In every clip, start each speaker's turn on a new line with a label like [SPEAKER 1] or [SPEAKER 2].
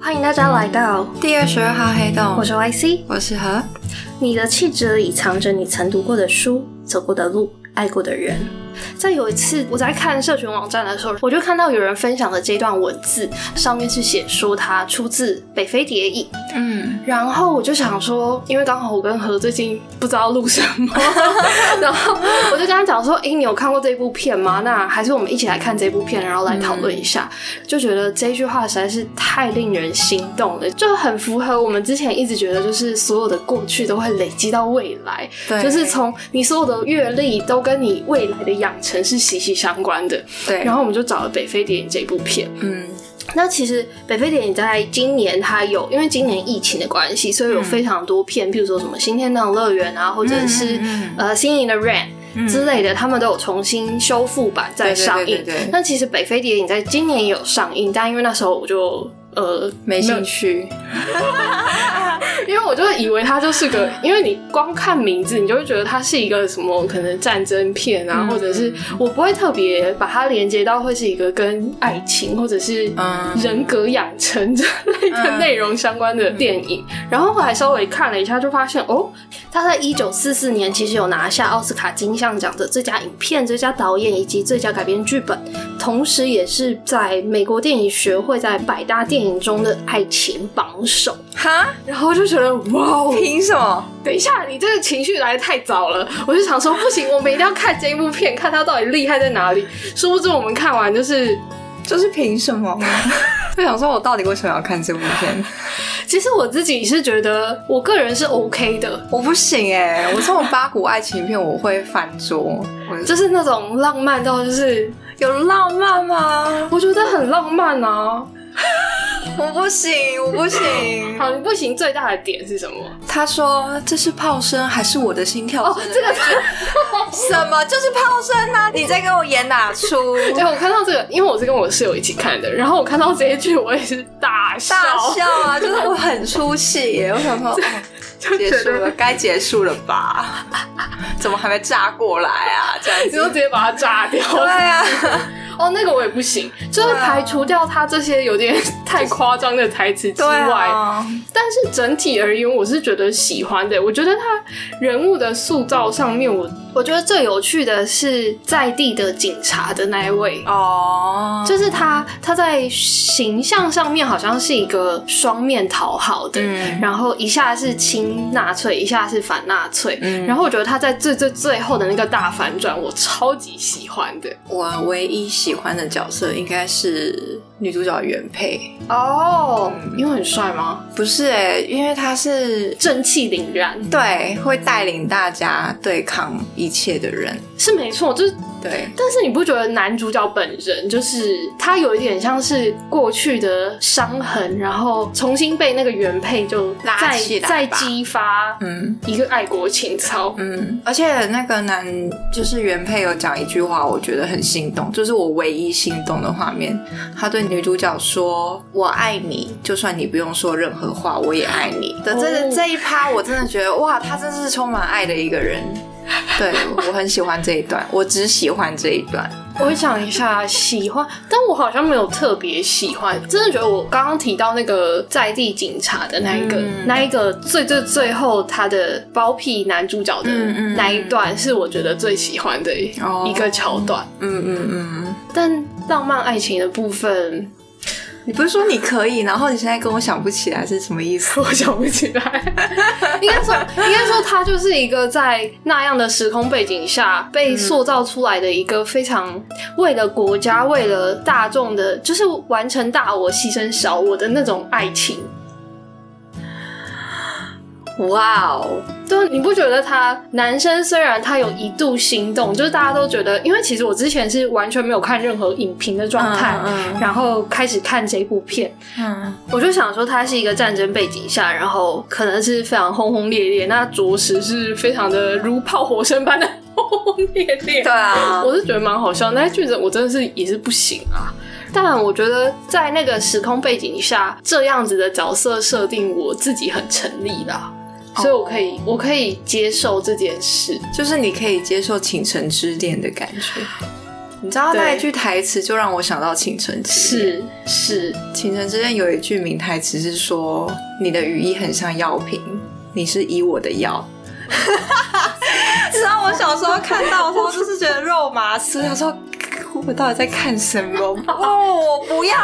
[SPEAKER 1] 欢迎大家来到，
[SPEAKER 2] 第二十二号黑洞，
[SPEAKER 1] 我是 YC。
[SPEAKER 2] 我是何，
[SPEAKER 1] 你的气质里藏着你曾读过的书、走过的路、爱过的人。在有一次我在看社群网站的时候，我就看到有人分享的这段文字，上面是写说它出自《北非蝶影》，
[SPEAKER 2] 嗯，
[SPEAKER 1] 然后我就想说，因为刚好我跟何最近不知道录什 么，然后我就跟他讲说：“诶，你有看过这部片吗？那还是我们一起来看这部片，然后来讨论一下。
[SPEAKER 2] 嗯
[SPEAKER 1] 就觉得这句话实在是太令人心动了，就很符合我们之前一直觉得，就是所有的过去都会累积到未来，
[SPEAKER 2] 对，
[SPEAKER 1] 就是从你所有的阅历都跟你未来的养成是息息相关的。
[SPEAKER 2] 对，
[SPEAKER 1] 然后我们就找了《北非谍影》这部片。
[SPEAKER 2] 嗯，
[SPEAKER 1] 那其实北非电影在今年它有，因为今年疫情的关系，所以
[SPEAKER 2] 嗯
[SPEAKER 1] 有非常多片，譬如说什么《新天堂乐园》啊，或者是、
[SPEAKER 2] 嗯
[SPEAKER 1] 呃《新颖的 Rain》
[SPEAKER 2] 嗯
[SPEAKER 1] 之类的，他们都有重新修复版在上映
[SPEAKER 2] 对对对对对。
[SPEAKER 1] 那其实北非谍影在今年也有上映，但因为那时候我就呃
[SPEAKER 2] 没
[SPEAKER 1] 有
[SPEAKER 2] 兴趣，
[SPEAKER 1] 因为我就以为它就是个，因为你光看名字，你就会觉得它是一个什么可能战争片啊，
[SPEAKER 2] 嗯
[SPEAKER 1] 或者是我不会特别把它连接到会是一个跟爱情或者是
[SPEAKER 2] 嗯
[SPEAKER 1] 人格养成这类的内容相关
[SPEAKER 2] 嗯
[SPEAKER 1] 的电影。然后我还稍微看了一下，就发现哦，他在一九四四年其实有拿下奥斯卡金像奖的最佳影片、最佳导演以及最佳改编剧本，同时也是在美国电影学会在百大电影中的爱情榜首。
[SPEAKER 2] 哈，
[SPEAKER 1] 然后我就觉得哇哦，
[SPEAKER 2] 凭什么？
[SPEAKER 1] 等一下，你这个情绪来的太早了，我就想说不行，我们一定要看这一部片，看它到底厉害在哪里。殊不知我们看完就是，
[SPEAKER 2] 就是凭什么？就想 说我到底为什么要看这部片？
[SPEAKER 1] 其实我自己是觉得，我个人是 OK 的，
[SPEAKER 2] 我不行哎、我这种八股爱情片我会翻桌，我
[SPEAKER 1] 就是那种浪漫到就是，
[SPEAKER 2] 有浪漫吗？
[SPEAKER 1] 我觉得很浪漫啊。
[SPEAKER 2] 我不行，我不行。
[SPEAKER 1] 好，你不行，最大的点是什么？哦
[SPEAKER 2] 他说这是炮声还是我的心跳声？
[SPEAKER 1] 这个
[SPEAKER 2] 什么就是炮声啊？你在跟我演哪出？
[SPEAKER 1] 对，我看到这个，因为我是跟我室友一起看的，然后我看到这一句，我也是大笑，
[SPEAKER 2] 大笑啊！就是我很出戏耶，我想说，哦
[SPEAKER 1] 就
[SPEAKER 2] 结
[SPEAKER 1] 觉
[SPEAKER 2] 束了，
[SPEAKER 1] 得。
[SPEAKER 2] 该结束了吧？ 怎么还没炸过来啊？这样
[SPEAKER 1] 你就直
[SPEAKER 2] 子，
[SPEAKER 1] 接把它炸掉，
[SPEAKER 2] 对啊，
[SPEAKER 1] 哦，那个我也不行，就是
[SPEAKER 2] 对啊
[SPEAKER 1] 排除掉他这些有点 太夸张的台词之
[SPEAKER 2] 啊对
[SPEAKER 1] 外，
[SPEAKER 2] 啊，
[SPEAKER 1] 但是整体而言，我是觉得喜欢的。我觉得他人物的塑造上面，我我觉得最有趣的是在地的警察的那一位。
[SPEAKER 2] 哦，
[SPEAKER 1] 就是他，他在形象上面好像是一个双面讨好的，
[SPEAKER 2] 嗯
[SPEAKER 1] 然后一下是亲纳粹，一下是反纳粹，
[SPEAKER 2] 嗯
[SPEAKER 1] 然后我觉得他在最最最后的那个大反转，我超级喜欢的。
[SPEAKER 2] 我唯一喜欢的角色应该是女主角原配，
[SPEAKER 1] 哦，因为很帅吗？
[SPEAKER 2] 不是哎、因为她是
[SPEAKER 1] 正气凛然
[SPEAKER 2] 对会带领大家对抗一切的人，
[SPEAKER 1] 是没错，就是
[SPEAKER 2] 对，
[SPEAKER 1] 但是你不觉得男主角本人就是他有一点像是过去的伤痕，然后重新被那个原配就
[SPEAKER 2] 拉
[SPEAKER 1] 再
[SPEAKER 2] 起来
[SPEAKER 1] 再
[SPEAKER 2] 吧
[SPEAKER 1] 激发
[SPEAKER 2] 嗯。
[SPEAKER 1] 一个爱国情操。
[SPEAKER 2] 嗯，而且那个男就是原配有讲一句话，我觉得很心动，就是我唯一心动的画面。他对女主角说：“我爱你，就算你不用说任何话，我也爱你。”的这、
[SPEAKER 1] 哦
[SPEAKER 2] 这一趴，我真的觉得哇，他真是充满爱的一个人。对，我很喜欢这一段，我只喜欢这一段。
[SPEAKER 1] 我想一下，喜欢，但我好像没有特别喜欢。真的觉得我刚刚提到那个在地警察的那一个，
[SPEAKER 2] 嗯
[SPEAKER 1] 那一个最最最后他的包庇男主角的
[SPEAKER 2] 嗯嗯
[SPEAKER 1] 那一段，是我觉得最喜欢的
[SPEAKER 2] 哦
[SPEAKER 1] 一个桥段。
[SPEAKER 2] 嗯嗯嗯，
[SPEAKER 1] 但浪漫爱情的部分，
[SPEAKER 2] 你不是说你可以，然后你现在跟我想不起来是什么意 思？
[SPEAKER 1] 我想不起来。应该说，应该说，它就是一个在那样的时空背景下被塑造出来的一个非常为了国家、为了大众的，就是完成大我、牺牲小我的那种爱情。
[SPEAKER 2] 哇哦，
[SPEAKER 1] 对，你不觉得他男生虽然他有一度心动，就是大家都觉得，因为其实我之前是完全没有看任何影评的状态，
[SPEAKER 2] 嗯
[SPEAKER 1] 然后开始看这部片，
[SPEAKER 2] 嗯
[SPEAKER 1] 我就想说，它是一个战争背景下，然后可能是非常轰轰烈烈，那着实是非常的如炮火声般的轰轰烈烈。
[SPEAKER 2] 对啊，
[SPEAKER 1] 我是觉得蛮好笑，那句子我真的是也是不行啊。但我觉得在那个时空背景下，这样子的角色设定我自己很成立啦，
[SPEAKER 2] 哦
[SPEAKER 1] 所以我可以我可以接受这件事。
[SPEAKER 2] 就是你可以接受倾城之恋的感觉。你知道
[SPEAKER 1] 对
[SPEAKER 2] 那一句台词就让我想到《青春之恋》，
[SPEAKER 1] 是是，
[SPEAKER 2] 《青春之恋》有一句名台词是说：“你的羽翼很像药瓶，你是医我的 药。”你知道啊我小时候看到的时候，就是觉得肉麻死，想 说我到底在看什么？ 哦，我不要。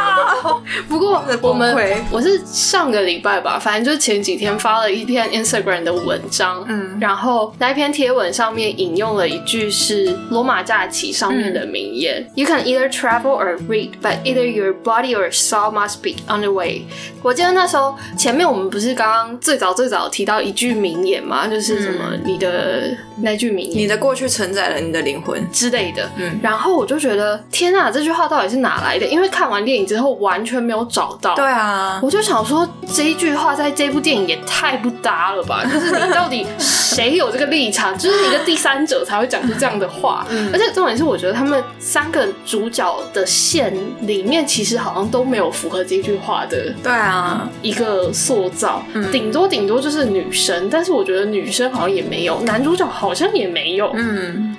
[SPEAKER 1] 不过
[SPEAKER 2] 真的崩
[SPEAKER 1] 我们
[SPEAKER 2] 溃
[SPEAKER 1] 我是上个礼拜吧，反正就是前几天发了一篇 Instagram 的文章，
[SPEAKER 2] 嗯
[SPEAKER 1] 然后那一篇贴文上面引用了一句是罗马假期上面的名
[SPEAKER 2] 嗯
[SPEAKER 1] 言、y o u can either travel or read, but either your body or soul must be on the way。”我记得那时候前面我们不是刚刚最早最早提到一句名言嘛，就是什么你的那句名言，
[SPEAKER 2] 你的过去承载了你的灵魂。
[SPEAKER 1] 之类的。
[SPEAKER 2] 嗯
[SPEAKER 1] 然后我就觉得天啊，这句话到底是哪来的？因为看完电影之后完全没有找到。
[SPEAKER 2] 对啊，
[SPEAKER 1] 我就想说，这一句话在这部电影也太不搭了吧！就是你到底谁有这个立场？就是一个第三者才会讲出这样的话。而且重点是，我觉得他们三个主角的线里面，其实好像都没有符合这句话的
[SPEAKER 2] 对啊，
[SPEAKER 1] 一个塑造，顶多顶多就是女生，但是我觉得女生好像也没有，男主角好像也没有。
[SPEAKER 2] 嗯，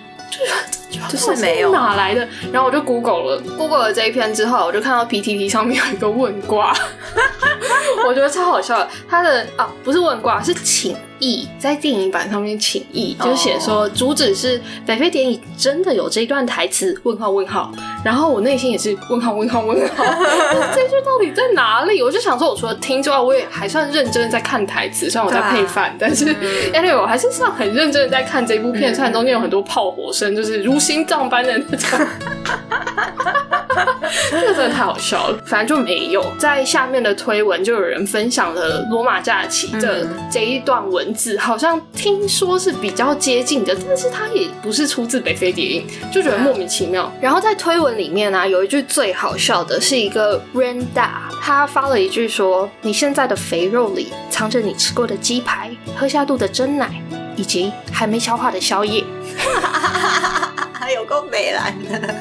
[SPEAKER 1] 就是没有哪来的。然后我就 Google 了，Google 了这一篇之后，我就看到 PTT 上面有一个问卦，我觉得超好笑的。他的啊不是问卦，是请意，在电影版上面请意，就写说主旨是北非电影真的有这一段台词？问号问号。然后我内心也是问号问号问号， 这句到底在哪里？我就想说，我除了听之外，我也还算认真的在看台词，虽然我在
[SPEAKER 2] 对啊
[SPEAKER 1] 配饭，但是 anyway 我还是算很认真的在看这部片，虽然中间有很多炮火声，就是如心脏般的那种。这个真的太好笑了，反正就没有。在下面的推文就有人分享了罗马假期的这一段文字，好像听说是比较接近的，但是它也不是出自北非谍影，就觉得莫名其妙。啊然后在推文里面呢、啊有一句最好笑的是一个 Renda，他发了一句说：“你现在的肥肉里藏着你吃过的鸡排、喝下肚的真奶，以及还没消化的宵夜。”
[SPEAKER 2] 还有够美兰的，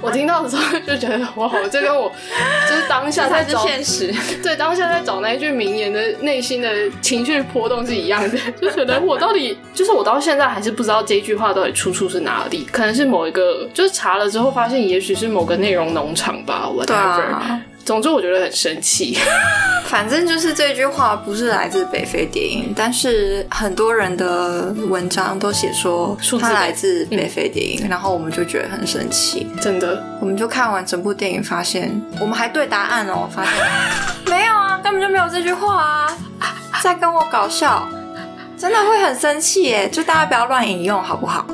[SPEAKER 1] 我听到的时候就觉得，哇，这跟我 就是当下
[SPEAKER 2] 这
[SPEAKER 1] 在
[SPEAKER 2] 才是
[SPEAKER 1] 找
[SPEAKER 2] 现实。
[SPEAKER 1] 对当下在找那一句名言的内心的情绪波动是一样的，就觉得我到底就是我到现在还是不知道这句话到底出处是哪里，可能是某一个就是查了之后发现，也许是某个内容农场吧，whatever。
[SPEAKER 2] 对啊，
[SPEAKER 1] 总之我觉得很生气，
[SPEAKER 2] 反正就是这句话不是来自北非谍影，但是很多人的文章都写说
[SPEAKER 1] 数字
[SPEAKER 2] 它
[SPEAKER 1] 的
[SPEAKER 2] 来自北非谍影，然后我们就觉得很生气。
[SPEAKER 1] 真的。
[SPEAKER 2] 我们就看完整部电影，发现我们还对答案 哦，发现没有啊，根本就没有这句话啊，在跟我搞笑，真的会很生气耶！就大家不要乱引用好不 好？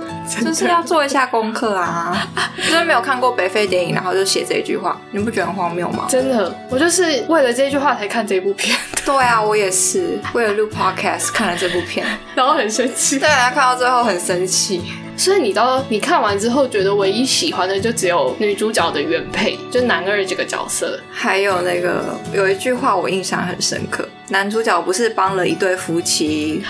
[SPEAKER 2] 就是要做一下功课啊！就是没有看过北非电影，然后就写这句话，你不觉得很荒谬吗？
[SPEAKER 1] 真的，我就是为了这句话才看这部片，
[SPEAKER 2] 对啊，我也是为了录 podcast 看了这部片，
[SPEAKER 1] 然后很生气。
[SPEAKER 2] 对啊，看到最后很生气。
[SPEAKER 1] 所以你到你看完之后，觉得唯一喜欢的就只有女主角的原配，就男二这个角色。
[SPEAKER 2] 还有那个有一句话我印象很深刻，男主角不是帮了一对 夫妻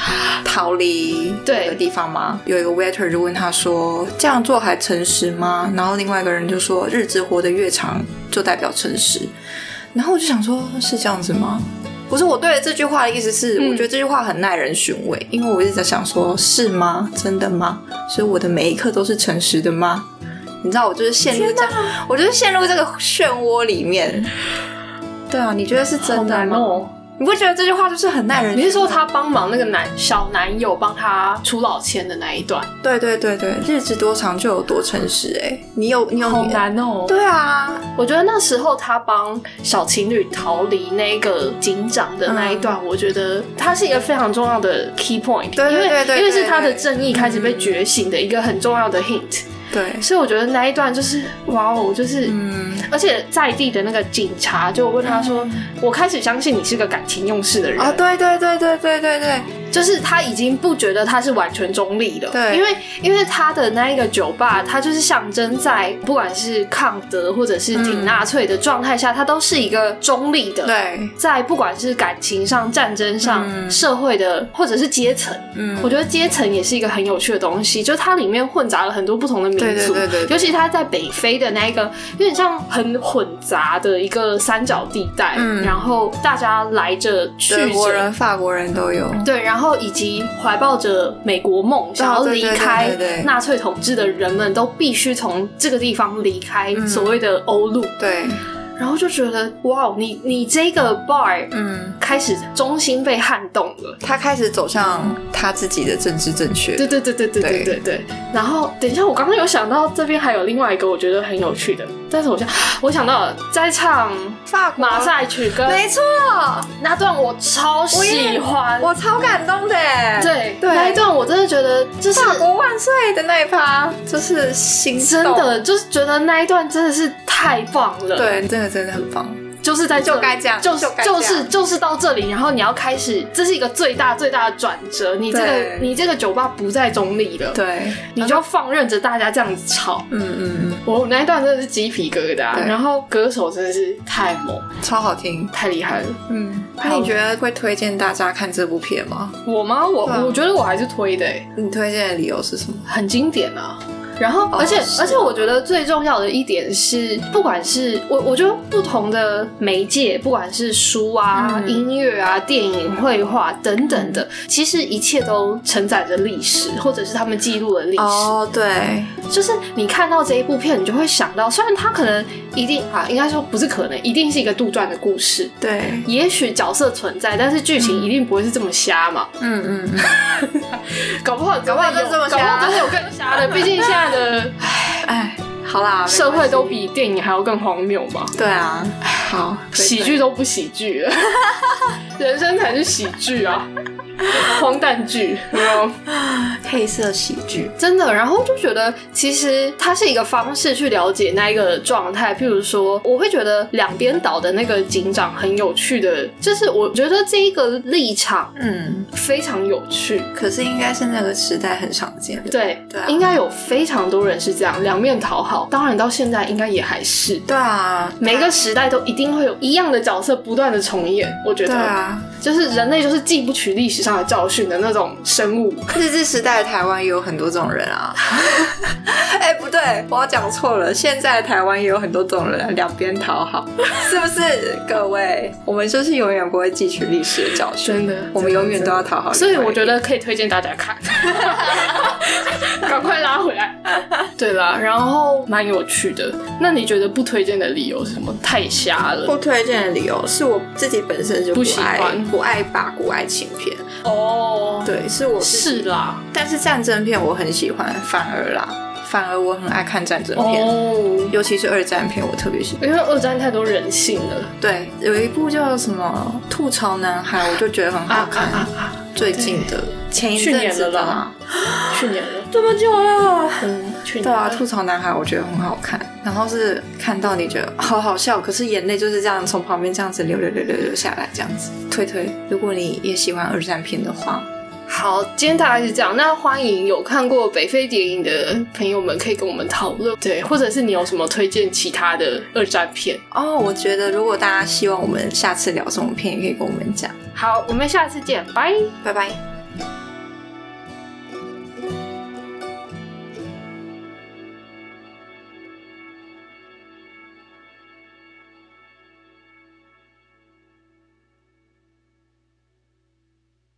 [SPEAKER 2] 逃离
[SPEAKER 1] 对
[SPEAKER 2] 那个地方吗？有一个 waiter 就问他说：“这样做还诚实吗？”然后另外一个人就说：“日子活得越长，就代表诚实。”然后我就想说，是这样子吗？不是，我对这句话的意思是，
[SPEAKER 1] 嗯
[SPEAKER 2] 我觉得这句话很耐人寻味，因为我一直在想说，是吗？真的吗？所以我的每一刻都是诚实的吗？你知道，我就是陷入这，我就是陷入这个漩涡里面。对啊，你觉得是真的吗？
[SPEAKER 1] 哦。
[SPEAKER 2] 你不觉得这句话就是很耐人？
[SPEAKER 1] 你是说？他帮忙那个男小男友帮他出老千的那一段？
[SPEAKER 2] 对对对对，日子多长就有多诚实、哎，你有你有你的
[SPEAKER 1] 哦对，
[SPEAKER 2] 对啊，
[SPEAKER 1] 我觉得那时候他帮小情侣逃离那个警长的那一段，我觉得他是一个非常重要的 key point，
[SPEAKER 2] 嗯对对
[SPEAKER 1] 因为
[SPEAKER 2] 对对
[SPEAKER 1] 因为
[SPEAKER 2] 对
[SPEAKER 1] 是他的
[SPEAKER 2] 对
[SPEAKER 1] 正义开始被觉醒的一个很重要的 hint，
[SPEAKER 2] 对，
[SPEAKER 1] 所以我觉得那一段就是哇哦，就是
[SPEAKER 2] 嗯，
[SPEAKER 1] 而且在地的那个警察就问他说：“我开始相信你是个感情用事的人。
[SPEAKER 2] 哦，对对对对对对对，
[SPEAKER 1] 就是他已经不觉得他是完全中立了。
[SPEAKER 2] 对
[SPEAKER 1] 因为因为他的那一个酒吧，它就是象征在不管是抗德或者是挺纳粹的状态下，它都是一个中立的。。
[SPEAKER 2] 对，
[SPEAKER 1] 在不管是感情上、战争上、
[SPEAKER 2] 嗯
[SPEAKER 1] 社会的，或者是阶层，
[SPEAKER 2] 嗯
[SPEAKER 1] 我觉得阶层也是一个很有趣的东西，就它里面混杂了很多不同的民族，
[SPEAKER 2] 对对对对对
[SPEAKER 1] 尤其它在北非的那一个有点像很混杂的一个三角地带，
[SPEAKER 2] 嗯
[SPEAKER 1] 然后大家来着去
[SPEAKER 2] 德国
[SPEAKER 1] 着
[SPEAKER 2] 人、法国人都有。
[SPEAKER 1] 对，然后以及怀抱着美国梦想要
[SPEAKER 2] 对
[SPEAKER 1] 离
[SPEAKER 2] 对对
[SPEAKER 1] 开
[SPEAKER 2] 对对对
[SPEAKER 1] 纳粹统治的人们，都必须从这个地方离开
[SPEAKER 2] 嗯
[SPEAKER 1] 所谓的欧陆。
[SPEAKER 2] 对，
[SPEAKER 1] 然后就觉得哇，你你这个 bar
[SPEAKER 2] 嗯，
[SPEAKER 1] 开始中心被撼动了。
[SPEAKER 2] 他开始走向他自己的政治正确。
[SPEAKER 1] 对对对对对对对对。然后等一下，我刚刚有想到这边还有另外一个我觉得很有趣的，但是我想 我想到了在唱
[SPEAKER 2] 法国
[SPEAKER 1] 马赛曲跟
[SPEAKER 2] 没错，
[SPEAKER 1] 那段我超喜欢，
[SPEAKER 2] 我超感动的耶。
[SPEAKER 1] 对
[SPEAKER 2] 对
[SPEAKER 1] 那一段我真的觉得就是
[SPEAKER 2] 法国万岁的那一趴，就是心动
[SPEAKER 1] 真的就是觉得那一段真的是太棒了，，
[SPEAKER 2] 对，这个真的很棒。
[SPEAKER 1] 就是在这里
[SPEAKER 2] 就该这样
[SPEAKER 1] 就是
[SPEAKER 2] 就该这
[SPEAKER 1] 就
[SPEAKER 2] 样
[SPEAKER 1] 是就是到这里，然后你要开始，这是一个最大最大的转折，你这个
[SPEAKER 2] 对
[SPEAKER 1] 你这个酒吧不在中立了，
[SPEAKER 2] 对，
[SPEAKER 1] 你就放任着大家这样子吵。
[SPEAKER 2] 嗯嗯
[SPEAKER 1] 我那一段真的是鸡皮疙瘩，
[SPEAKER 2] 对
[SPEAKER 1] 然后歌手真的是太猛
[SPEAKER 2] 嗯，超好听。
[SPEAKER 1] 太厉害了。
[SPEAKER 2] 嗯，
[SPEAKER 1] 好
[SPEAKER 2] 那你觉得会推荐大家看这部片吗？
[SPEAKER 1] 我吗？我、
[SPEAKER 2] 对啊
[SPEAKER 1] 我觉得我还是推的、欸，
[SPEAKER 2] 你推荐的理由是什么？
[SPEAKER 1] 很经典啊。然后，而且、
[SPEAKER 2] 哦是
[SPEAKER 1] 而且，我觉得最重要的一点是，不管是我，我觉得不同的媒介，不管是书啊、
[SPEAKER 2] 嗯
[SPEAKER 1] 音乐啊、电影、绘画等等的，其实一切都承载着历史，或者是他们记录了历史。
[SPEAKER 2] 哦，对，
[SPEAKER 1] 就是你看到这一部片，你就会想到，虽然它可能一定啊，应该说不是可能，一定是一个杜撰的故事，
[SPEAKER 2] 对，
[SPEAKER 1] 也许角色存在，但是剧情一定不会是这么瞎嘛。
[SPEAKER 2] 嗯嗯嗯，
[SPEAKER 1] 搞不好，搞
[SPEAKER 2] 不好就是这么瞎
[SPEAKER 1] 搞不好真的有更瞎的。毕竟现在的
[SPEAKER 2] 嗯哎，好啦，没关系
[SPEAKER 1] 社会都比电影还要更荒谬嘛，
[SPEAKER 2] 对啊，好，推
[SPEAKER 1] 喜剧都不喜剧 了，人生才是喜剧啊，荒诞剧，有没有
[SPEAKER 2] 黑色喜剧，
[SPEAKER 1] 真的，然后就觉得其实它是一个方式去了解那一个状态。譬如说，我会觉得两边倒的那个警长很有趣的，就是我觉得这一个立场
[SPEAKER 2] 嗯，
[SPEAKER 1] 非常有趣。
[SPEAKER 2] 可是应该是那个时代很少见的。
[SPEAKER 1] 对，
[SPEAKER 2] 对啊
[SPEAKER 1] 应该有非常多人是这样两面讨好，当然到现在应该也还是。
[SPEAKER 2] 对啊，
[SPEAKER 1] 每个时代都一定会有一样的角色不断的重演，我觉
[SPEAKER 2] 对
[SPEAKER 1] 得、
[SPEAKER 2] 啊，
[SPEAKER 1] 就是人类就是记不取历史上的教训的那种生物。
[SPEAKER 2] 日治时代的台湾也有很多这种人 啊。哎、不对，我讲错了。现在的台湾也有很多这种人，两边讨好， 是不是？各位，我们就是永远不会汲取历史的教
[SPEAKER 1] 真
[SPEAKER 2] 训，
[SPEAKER 1] 的
[SPEAKER 2] 我们永远都要讨好。
[SPEAKER 1] 所以我觉，得可以推荐大家 看，赶快拉回来。对啦，然后蛮有趣的。那你觉得不推荐的理由是什么？太瞎
[SPEAKER 2] 不
[SPEAKER 1] 了
[SPEAKER 2] 推荐的理由是我自己本身就
[SPEAKER 1] 不喜
[SPEAKER 2] 喜爱
[SPEAKER 1] 欢
[SPEAKER 2] 不爱法国爱情片，
[SPEAKER 1] 哦。
[SPEAKER 2] 对，是我自己
[SPEAKER 1] 是啦，
[SPEAKER 2] 但是战争片我很喜欢，反而啦，反而我很爱看战争片，
[SPEAKER 1] 哦，
[SPEAKER 2] 尤其是二战片，我特别喜欢。
[SPEAKER 1] 因为二战太多人性了
[SPEAKER 2] 对，有一部叫什么《吐槽男孩》，我就觉得很好看。
[SPEAKER 1] 啊！
[SPEAKER 2] 最近的前一
[SPEAKER 1] 去
[SPEAKER 2] 阵
[SPEAKER 1] 年了
[SPEAKER 2] 子的
[SPEAKER 1] 啦
[SPEAKER 2] 啦，
[SPEAKER 1] 去年了，
[SPEAKER 2] 这么久了。
[SPEAKER 1] 啊嗯，去年
[SPEAKER 2] 对啊，
[SPEAKER 1] 了
[SPEAKER 2] 吐槽男孩我觉得很好看，然后是看到你觉得好好笑，可是眼泪就是这样从旁边这样子流流流流流下来，这样子推推。如果你也喜欢二战片的话，
[SPEAKER 1] 好，今天大概是这样。那欢迎有看过《北非谍影》的朋友们可以跟我们讨论，对，或者是你有什么推荐其他的二战片？
[SPEAKER 2] 哦，我觉得如果大家希望我们下次聊这种片，也可以跟我们讲。
[SPEAKER 1] 好，我们下次见，拜。
[SPEAKER 2] 拜拜。